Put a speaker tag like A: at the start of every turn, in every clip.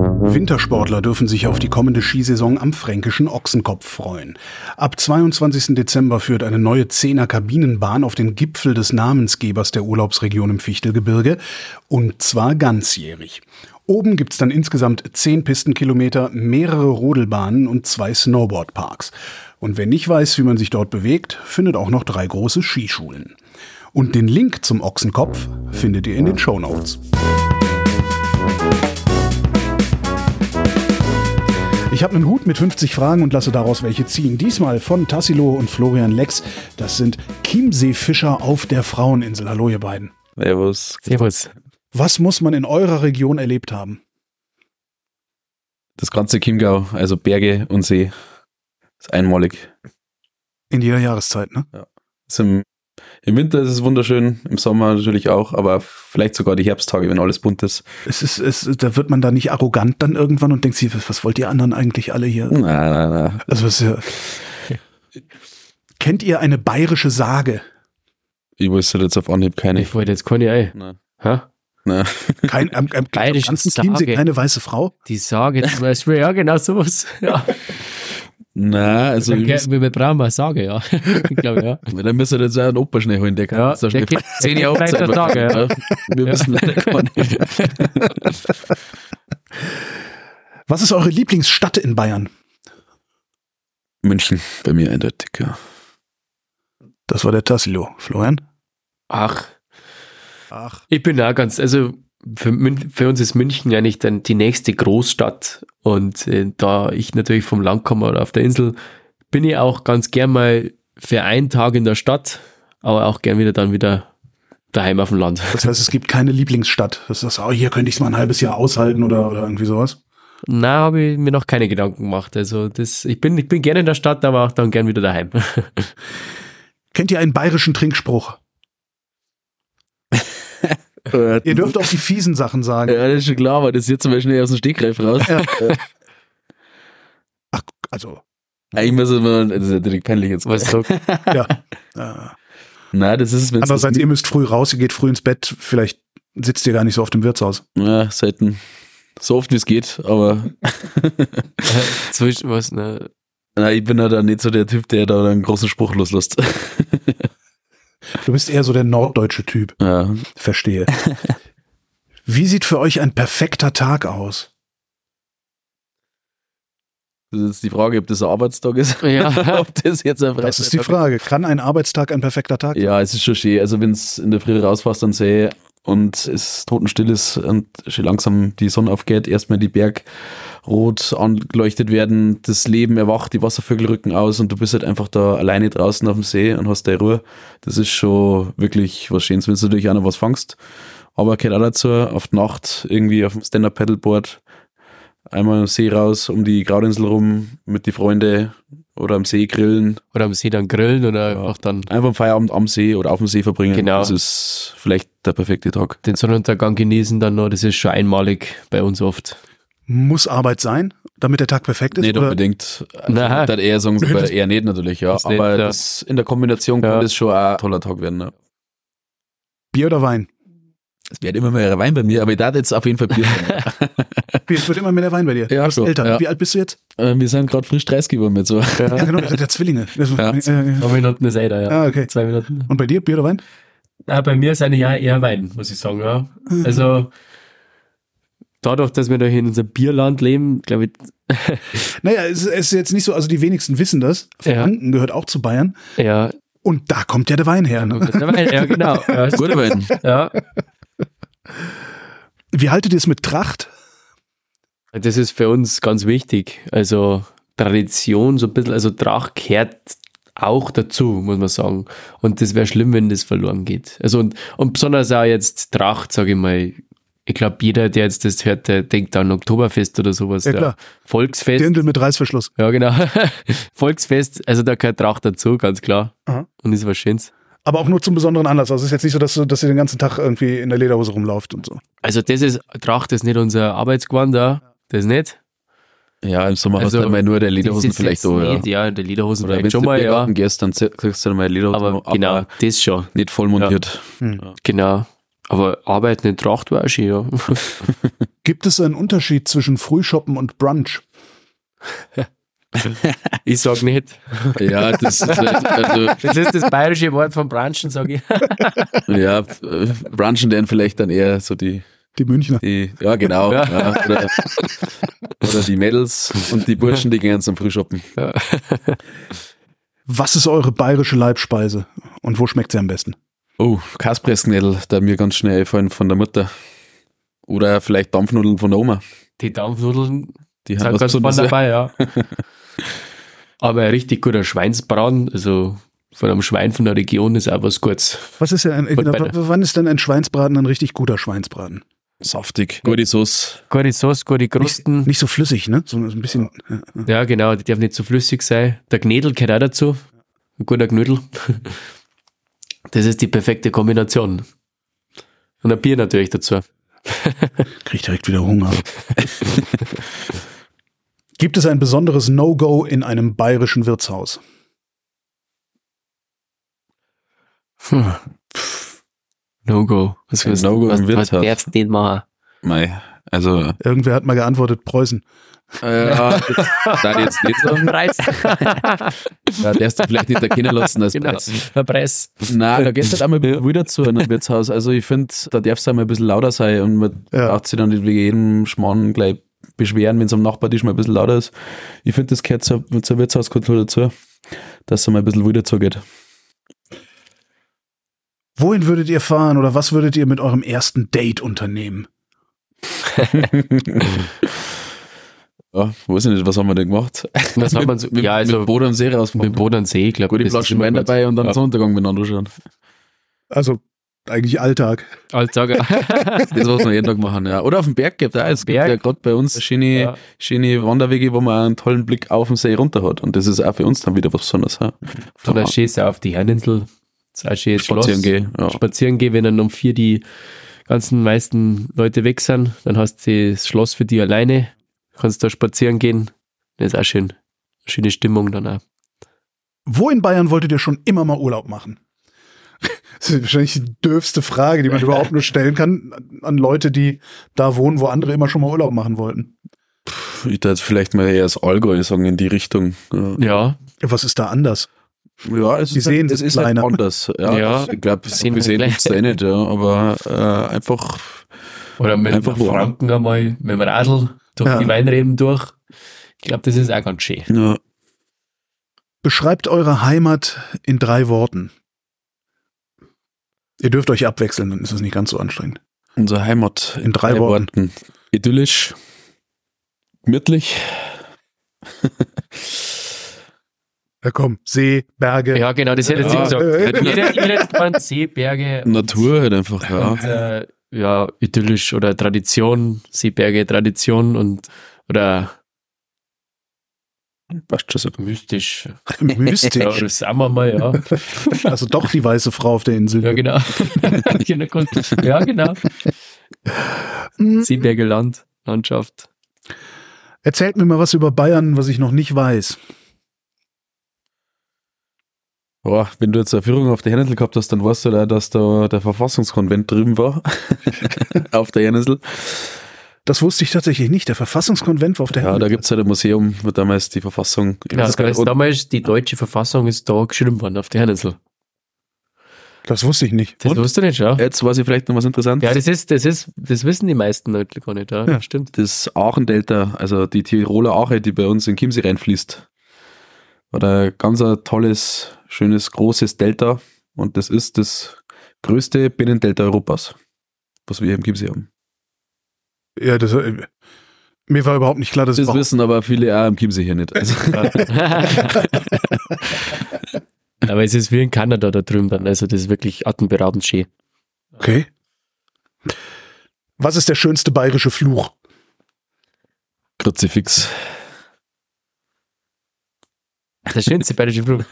A: Wintersportler dürfen sich auf die kommende Skisaison am fränkischen Ochsenkopf freuen. Ab 22. Dezember führt eine neue Zehner-Kabinenbahn auf den Gipfel des Namensgebers der Urlaubsregion im Fichtelgebirge. Und zwar ganzjährig. Oben gibt's dann insgesamt zehn Pistenkilometer, mehrere Rodelbahnen und zwei Snowboardparks. Und wer nicht weiß, wie man sich dort bewegt, findet auch noch drei große Skischulen. Und den Link zum Ochsenkopf findet ihr in den Shownotes. Ich habe einen Hut mit 50 Fragen und lasse daraus welche ziehen. Diesmal von Tassilo und Florian Lex. Das sind Chiemseefischer auf der Fraueninsel. Hallo ihr beiden.
B: Servus.
C: Servus.
A: Was muss man in eurer Region erlebt haben?
B: Das ganze Chiemgau, also Berge und See, ist einmalig.
A: In jeder Jahreszeit, ne?
B: Ja. Ist im, Im Winter ist es wunderschön, im Sommer natürlich auch, aber vielleicht sogar die Herbsttage, wenn alles bunt ist.
A: Es ist, es, da wird man da nicht arrogant dann irgendwann und denkt sich, was, was wollt ihr anderen eigentlich alle hier?
B: Na, na, na.
A: Also es ist ja. Kennt ihr eine bayerische Sage?
B: Ich wüsste jetzt auf Anhieb keine.
C: Ich wollte jetzt keine Ei.
B: Nein.
C: Ha?
B: Nein.
A: Kein, ähm, am, am, am
C: Bayerische
A: ganzen Chiemsee
C: Sage.
A: keine weiße Frau?
C: Die Sage zum Beispiel, ja, genau sowas. Ja.
B: Nein, also
C: Dann
B: ich
C: gern-
B: müsst,
C: wir, wir brauchen mal Sage, ja. Ich glaube, ja.
B: dann müsst ihr jetzt auch einen Opernschnee holen, der kann
C: Ja,
B: jetzt da schnell
C: der geht-
B: zehn
C: der
B: Jahre
C: geht
B: Hochzeit
C: gleich auf Tage,
B: machen. Wir müssen leider gar nicht.
A: Was ist eure Lieblingsstadt in Bayern?
B: München, bei mir eindeutig, ja.
A: Das war der Tassilo. Florian?
C: Ach,
A: Ach.
C: ich bin da ganz, also für, Mün- für uns ist München ja nicht dann die nächste Großstadt. Und äh, da ich natürlich vom Land komme oder auf der Insel, bin ich auch ganz gern mal für einen Tag in der Stadt, aber auch gern wieder dann wieder daheim auf dem Land.
A: Das heißt, es gibt keine Lieblingsstadt. Das ist, oh, hier könnte ich es mal ein halbes Jahr aushalten oder, oder irgendwie sowas.
C: Na, habe ich mir noch keine Gedanken gemacht. Also das, ich bin, ich bin gerne in der Stadt, aber auch dann gern wieder daheim.
A: Kennt ihr einen bayerischen Trinkspruch? Ihr dürft auch die fiesen Sachen sagen.
B: Ja, das ist schon klar, aber das ist jetzt zum Beispiel nicht aus dem Stegreif raus.
A: Ach, also,
B: Eigentlich muss man, das ist ja direkt peinlich jetzt.
C: Was sagt
A: ja. äh,
B: Nein, das ist, wenn
A: andererseits, ihr müsst früh raus, ihr geht früh ins Bett, vielleicht sitzt ihr gar nicht so oft im Wirtshaus.
B: Ja, selten. So oft wie es geht, aber
C: zwischen was? Ne?
B: na, ich bin ja dann nicht so der Typ, der da einen großen Spruch loslässt.
A: Du bist eher so der norddeutsche Typ,
B: Ja.
A: verstehe. Wie sieht für euch ein perfekter Tag aus?
B: Das ist jetzt die Frage, ob das ein Arbeitstag ist.
C: Ja.
B: ob das jetzt ein
A: Das ist die
B: Freizeittag
A: Frage. Kann ein Arbeitstag ein perfekter Tag? sein?
B: Ja, es ist schon schön. Also wenn es in der Früh rausfährst an den See und es totenstill ist und schon langsam die Sonne aufgeht, erstmal die Berg rot angeleuchtet werden, das Leben erwacht, die Wasservögel rücken aus und du bist halt einfach da alleine draußen auf dem See und hast deine Ruhe. Das ist schon wirklich was Schönes, wenn du natürlich auch noch was fangst. Aber gehört auch dazu, auf die Nacht irgendwie auf dem Stand-Up-Paddleboard einmal am See raus, um die Graudinsel rum mit die Freunde oder am See grillen.
C: Oder am See dann grillen oder einfach dann
B: Einfach einen Feierabend am See oder auf dem See verbringen.
C: Genau.
B: Das ist vielleicht der perfekte Tag.
C: den Sonnenuntergang genießen dann noch. Das ist schon einmalig bei uns oft.
A: Muss Arbeit sein, damit der Tag perfekt ist?
B: Nicht
A: oder?
B: unbedingt.
C: Na.
B: Dann eher sagen sie bei eher nicht natürlich, ja.
C: Das
B: Aber
C: nicht, ja.
B: das in der Kombination
C: Ja.
B: kann das schon ein toller Tag werden. Ne?
A: Bier oder Wein?
B: Es wird immer mehr Wein bei mir, aber ich darf jetzt auf jeden Fall Bier. trinken.
A: Bier, es wird immer mehr der Wein bei dir.
B: Ja,
A: du bist
B: schon,
A: älter.
B: ja.
A: Wie alt bist du jetzt?
B: Äh, Wir sind gerade frisch 30 geworden mit so.
A: Ja, genau, ihr seid ja Zwillinge.
B: Ja.
A: Äh,
C: Zwei Minuten ist eh da, ja.
A: Ah, okay.
C: Zwei Minuten.
A: Und bei dir, Bier oder Wein?
C: Na, bei mir ist eine ja eher Wein, muss ich sagen, ja. Also dadurch, dass wir da hier in unserem Bierland leben, glaube ich,
A: Naja, es es ist jetzt nicht so, also die wenigsten wissen das.
C: Ja.
A: Franken gehört auch zu Bayern.
C: ja.
A: Und da kommt ja der Wein her. Ne?
C: Ja, genau. Ja,
B: Gute Wein.
C: ja.
A: Wie haltet ihr es mit Tracht?
C: Das ist für uns ganz wichtig. Also Tradition, so ein bisschen, also Drach gehört auch dazu, muss man sagen. Und das wäre schlimm, wenn das verloren geht. Also und, und besonders auch jetzt Tracht, sage ich mal. Ich glaube, jeder, der jetzt das hört, der denkt an Oktoberfest oder sowas.
A: Ja, klar.
C: Volksfest.
A: Dirndl mit Reißverschluss.
C: Ja, genau. Volksfest, also da gehört Tracht dazu, ganz klar.
A: Aha.
C: Und ist was Schönes.
A: Aber auch nur zum besonderen Anlass. Also es ist jetzt nicht so, dass, du- dass ihr den ganzen Tag irgendwie in der Lederhose rumlauft und so.
C: Also das ist, Tracht ist nicht unser Arbeitsgewand da. Das nicht.
B: Ja, im Sommer hast
C: Also,
B: du einmal nur der
C: Das
B: Lederhosen
C: ist
B: vielleicht
C: jetzt
B: da. Ja.
C: nicht- Ja, in der Lederhosen
B: Oder wenn
C: vielleicht
B: du
C: schon mal, ja.
B: Biergarten gehst, dann zie- kriegst du einmal Lederhosen.
C: Aber genau, das schon.
B: Nicht voll montiert.
C: Genau. Aber arbeiten in Tracht war auch schön, ja.
A: Gibt es einen Unterschied zwischen Frühschoppen und Brunch?
C: Ich sag nicht.
B: Ja, das ist vielleicht, also,
C: Das ist das bayerische Wort von Branchen, sage ich.
B: ja, äh, brunchen dann vielleicht dann eher so die,
A: Die Münchner.
B: die ja, genau. Ja. oder, oder die Mädels und die Burschen, die gehen zum Frühschoppen.
A: Was ist eure bayerische Leibspeise und wo schmeckt sie am besten?
B: Oh, Kaspressknädel, da mir ganz schnell einfallen von der Mutter. Oder vielleicht Dampfnudeln von der Oma.
C: Die Dampfnudeln
B: Die
C: sind
B: haben was
C: ganz vorne
B: Besonderes.
C: dabei, ja. Aber ein richtig guter Schweinsbraten, also von einem Schwein von der Region ist auch was Gutes.
A: Was ist denn ein,
C: Gut,
A: w-
C: beide.
A: wann ist denn ein Schweinsbraten ein richtig guter Schweinsbraten?
B: Saftig. Gute Sauce.
C: Gute Sauce, gute Krusten.
A: Nicht so flüssig, ne? So ein bisschen. Ja.
C: Ja, genau, die darf nicht zu flüssig sein. Der Gnädel gehört auch dazu. Ein guter Knödel. Das ist die perfekte Kombination. Und ein Bier natürlich dazu.
A: Krieg direkt wieder Hunger. Gibt es ein besonderes No-Go in einem bayerischen Wirtshaus?
C: No-Go. Was,
B: Ein No-Go im Wirtshaus.
C: darfst du nicht machen?
B: Mei. Also,
A: Irgendwer hat mal geantwortet, Preußen.
B: äh, ja, da jetzt nicht so.
C: Preis.
B: Da darfst du vielleicht nicht erkennen lassen als
C: genau.
B: Preis.
C: Der Preis.
B: Nein, da gehst du halt einmal wieder zu einem Wirtshaus. Also ich finde, da darfst du einmal ein bisschen lauter sein und man
A: Ja.
B: braucht sich dann nicht wegen jedem Schmarrn gleich beschweren, wenn es am Nachbartisch mal ein bisschen lauter ist. Ich finde, das gehört zur, zur Wirtshauskultur dazu, dass es mal ein bisschen wieder zugeht.
A: Wohin würdet ihr fahren oder was würdet ihr mit eurem ersten Date unternehmen?
B: Ja, weiß ich nicht, was haben wir denn gemacht?
C: Was haben wir so?
B: Mit,
C: Ja, also
B: mit Boot am See rausfahren.
C: mit Boden am See, glaube
B: Gute Flaschen Wein dabei und dann
C: Ja.
B: Sonnenuntergang miteinander schauen.
A: Also eigentlich Alltag.
C: Alltag.
B: Das, was wir jeden Tag machen, ja. Oder auf den Berg gibt es auch. Es gibt
C: Berg.
B: ja gerade bei uns schöne,
C: Ja.
B: schöne Wanderwege, wo man einen tollen Blick auf den See runter hat. Und das ist auch für uns dann wieder was Besonderes. Ja.
C: Von der Schäße auf die Herninsel. Das ist auch ein schönes
B: Spazieren
C: Schloss.
B: gehen. Ja.
C: spazieren gehen, wenn dann um vier die ganzen meisten Leute weg sind, dann hast du das Schloss für dich alleine, kannst da spazieren gehen. Das ist auch schön. Schöne Stimmung dann auch.
A: Wo in Bayern wolltet ihr schon immer mal Urlaub machen? Das ist wahrscheinlich die dürfste Frage, die man überhaupt nur stellen kann an Leute, die da wohnen, wo andere immer schon mal Urlaub machen wollten.
B: Ich würde vielleicht mal eher das Allgäu sagen, in die Richtung. Ja,
C: Ja,
A: Was ist da anders?
B: ja es
A: Die
B: ist,
A: Seen
B: halt, es
A: sind
B: ist halt
A: kleiner.
B: anders. Ja, Also
C: Ja,
B: ich glaube,
C: Seen
B: so gesehen
C: sind
B: gibt es da eh nicht, ja, aber äh, einfach
C: oder mit
B: Einfach
C: Einfach
B: wo-
C: Franken einmal mit dem Radl durch
A: Ja.
C: die Weinreben durch. Ich glaube, das ist auch ganz schön.
B: ja,
A: Beschreibt eure Heimat in drei Worten. Ihr dürft euch abwechseln, dann ist es nicht ganz so anstrengend.
B: unsere Heimat
A: In drei Worten.
B: Idyllisch, gemütlich,
A: Ja, komm, See, Berge.
C: Ja, genau, das hätte ich
B: Ja.
C: gesagt. Jeder, jeder hat man Seeberge.
B: Natur halt einfach. Ja.
C: Und, äh, ja, idyllisch oder Tradition, Seeberge, Tradition und oder
B: Passt schon so.
C: mystisch. Ja,
A: Mystisch.
C: das sagen wir mal, ja.
A: Also doch die weiße Frau auf der Insel.
C: Ja, genau. Genau, gut. ja, genau.
A: Hm,
C: Sieberger Land, Landschaft.
A: Erzählt mir mal was über Bayern, was ich noch nicht weiß.
B: Boah, wenn du jetzt eine Führung auf der Hernisel gehabt hast, dann weißt du da, dass da der Verfassungskonvent drüben war. auf der Hernisel.
A: Das wusste ich tatsächlich nicht. Der Verfassungskonvent war auf der
B: Ja, da
A: Herrenseite.
B: gibt es halt ein Museum, wo damals die Verfassung.
C: Genau, das heißt, damals die deutsche Verfassung ist da geschrieben worden auf der Herninsel.
A: Das wusste ich nicht.
C: Das
B: Und?
C: wusstest du nicht, ja?
B: jetzt weiß ich vielleicht noch was Interessantes.
C: Ja, das ist, das ist, das wissen die meisten Leute gar nicht, ja.
A: Ja.
C: Stimmt.
B: das Aachendelta, also die Tiroler Ache, die bei uns in Chiemsee reinfließt. War da ganz ein tolles, schönes, großes Delta und das ist das größte Binnendelta Europas, was wir hier im Chiemsee haben.
A: Ja, das, äh, mir war überhaupt nicht klar, dass
B: Das
A: es
B: wissen aber viele auch im Chiemsee hier nicht. Also,
C: Aber es ist wie in Kanada da drüben dann, also das ist wirklich atemberaubend schön.
A: Okay. Was ist der schönste bayerische Fluch?
B: Kruzifix.
C: Der schönste bayerische Flug.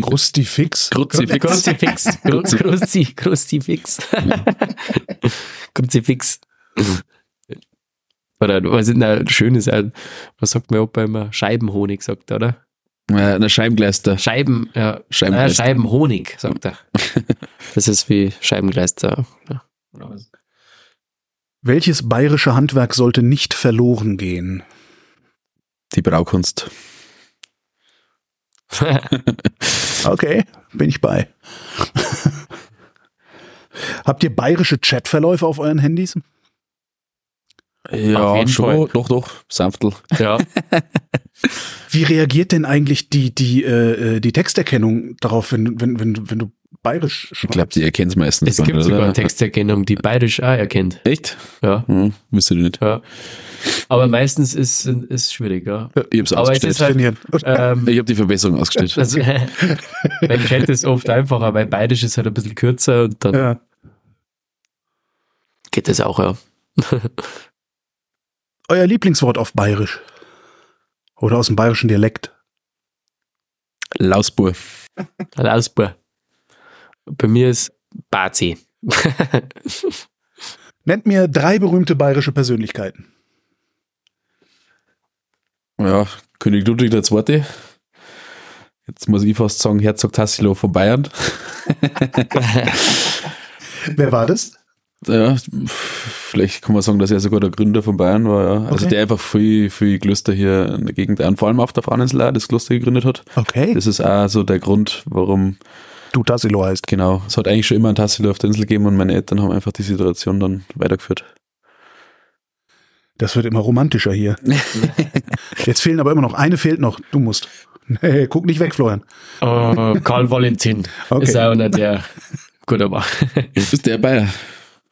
A: Krustifix?
B: Kruzifix.
C: Kruzifix. Kru- Kruzi, Kruzifix. Kruzifix. Oder was ist denn ein schönes, ein- was sagt mein Opa immer? Scheibenhonig, sagt er, oder?
B: Äh, na, Scheibengleister.
C: Scheiben, ja. Ah,
B: Scheibengleister.
C: Scheibenhonig, sagt er. Das ist wie Scheibengleister. Ja.
A: Welches bayerische Handwerk sollte nicht verloren gehen?
B: Die Braukunst.
A: Okay, bin ich bei. Habt ihr bayerische Chatverläufe auf euren Handys?
C: Auf jeden Fall.
B: Doch, doch, sanftel.
C: ja.
A: Wie reagiert denn eigentlich die, die, äh, äh, die Texterkennung darauf, wenn, wenn, wenn, wenn du bayerisch
B: Ich glaube, die erkennen es meistens
C: Es gibt
B: oder?
C: sogar eine Texterkennung, die bayerisch auch erkennt.
B: Echt?
C: Ja.
B: Hm, wüsste ich nicht.
C: ja. Aber meistens ist es schwierig, ja.
B: Ich hab's
C: Aber es
B: ausgestellt.
C: ist halt,
A: trainieren?
C: ähm,
B: ich habe die Verbesserung ausgestellt.
C: also, mein Chat ist oft einfacher, weil bayerisch ist halt ein bisschen kürzer und dann
A: Ja.
C: geht das auch, ja.
A: Euer Lieblingswort auf bayerisch? Oder aus dem bayerischen Dialekt?
B: Lausbur.
C: Ein Ausbau. Bei mir ist Bazi.
A: Nennt mir drei berühmte bayerische Persönlichkeiten.
B: Ja, König Ludwig II. Jetzt muss ich fast sagen, Herzog Tassilo von Bayern.
A: Wer war das?
B: Ja, vielleicht kann man sagen, dass er sogar der Gründer von Bayern war. Ja. Also
A: Okay.
B: der einfach viel, viel Klöster hier in der Gegend, und vor allem auf der Fraueninsel auch das Kloster gegründet hat.
A: Okay.
B: Das ist auch so der Grund, warum,
A: Du Tassilo heißt.
B: genau, es hat eigentlich schon immer ein Tassilo auf der Insel gegeben und meine Eltern haben einfach die Situation dann weitergeführt.
A: Das wird immer romantischer hier. Jetzt fehlen aber immer noch. Eine fehlt noch. Du musst. Nee, guck nicht weg, Florian.
C: Oh, Karl Valentin.
A: Okay.
C: Ist auch einer der guter Mann.
B: Ist der Bayer?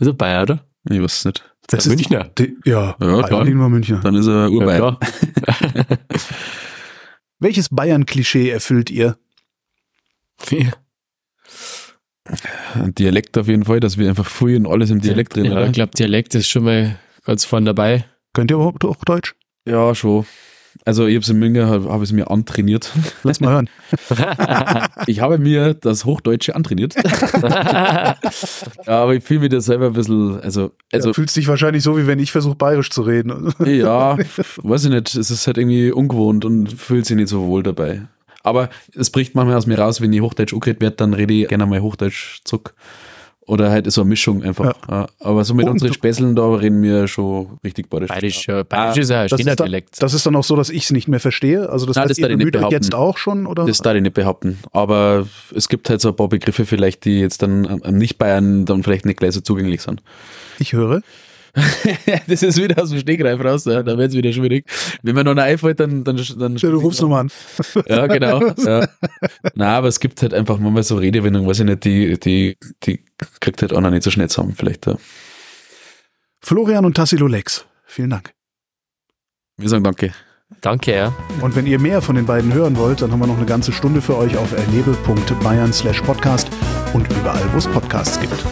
C: Ist er Bayer, oder?
B: Ich weiß es nicht.
A: Das
C: Der
A: ist-
C: Münchner.
A: Die, ja,
B: Ja, klar.
A: Bayern war Münchner.
B: Dann ist er Urbayer.
C: klar.
A: Welches Bayern-Klischee erfüllt ihr?
B: Ein Dialekt auf jeden Fall, dass wir einfach früh in alles im Dialekt drin
C: Ja, ich
B: haben.
C: glaube, Dialekt ist schon mal ganz vorne dabei.
A: Könnt ihr überhaupt auch Deutsch?
B: Ja, schon. Also ich habe es in München, habe hab ich es mir antrainiert.
A: Lass mal hören.
B: Ich habe mir das Hochdeutsche antrainiert. Aber ich fühle mich da selber ein bisschen, also,
A: Also,
B: also
A: fühlt sich wahrscheinlich so, wie wenn ich versuche, bayerisch zu reden.
B: ja, weiß ich nicht. Es ist halt irgendwie ungewohnt und fühlt sich nicht so wohl dabei. Aber es bricht manchmal aus mir raus, wenn ich Hochdeutsch angeredet werde, dann rede ich gerne mal Hochdeutsch zurück. Oder halt so eine Mischung einfach. Ja. Aber so mit
A: Und-
B: unseren Späßeln da reden wir schon richtig bayerisch.
C: Bayerisch, ja. Bayerisch ist ja ein
A: Das ist, dann,
C: Standarddialekt.
A: das ist dann auch so, dass ich es nicht mehr verstehe. Also das
B: Nein,
A: heißt,
B: das
A: ihr
B: darf ich nicht
A: bemüht euch
B: behaupten.
A: jetzt auch schon, oder?
B: Das darf ich nicht behaupten. Aber es gibt halt so ein paar Begriffe vielleicht, die jetzt dann am- am Nicht-Bayern dann vielleicht nicht gleich so zugänglich sind.
A: ich höre.
B: das ist wieder aus dem Stegreif raus, ja. da wird es wieder schwierig. Wenn mir noch einer einfällt, dann... dann, dann
A: Ja, du rufst nochmal an.
B: Ja, genau. Ja. Na, aber es gibt halt einfach manchmal so Redewendungen, weiß ich nicht, die, die, die kriegt halt einer nicht so schnell zusammen, vielleicht. Ja.
A: Florian und Tassilo Lex. Vielen Dank.
B: Wir sagen danke.
C: Danke, ja.
A: Und wenn ihr mehr von den beiden hören wollt, dann haben wir noch eine ganze Stunde für euch auf erlebe.bayern slash podcast und überall, wo es Podcasts gibt.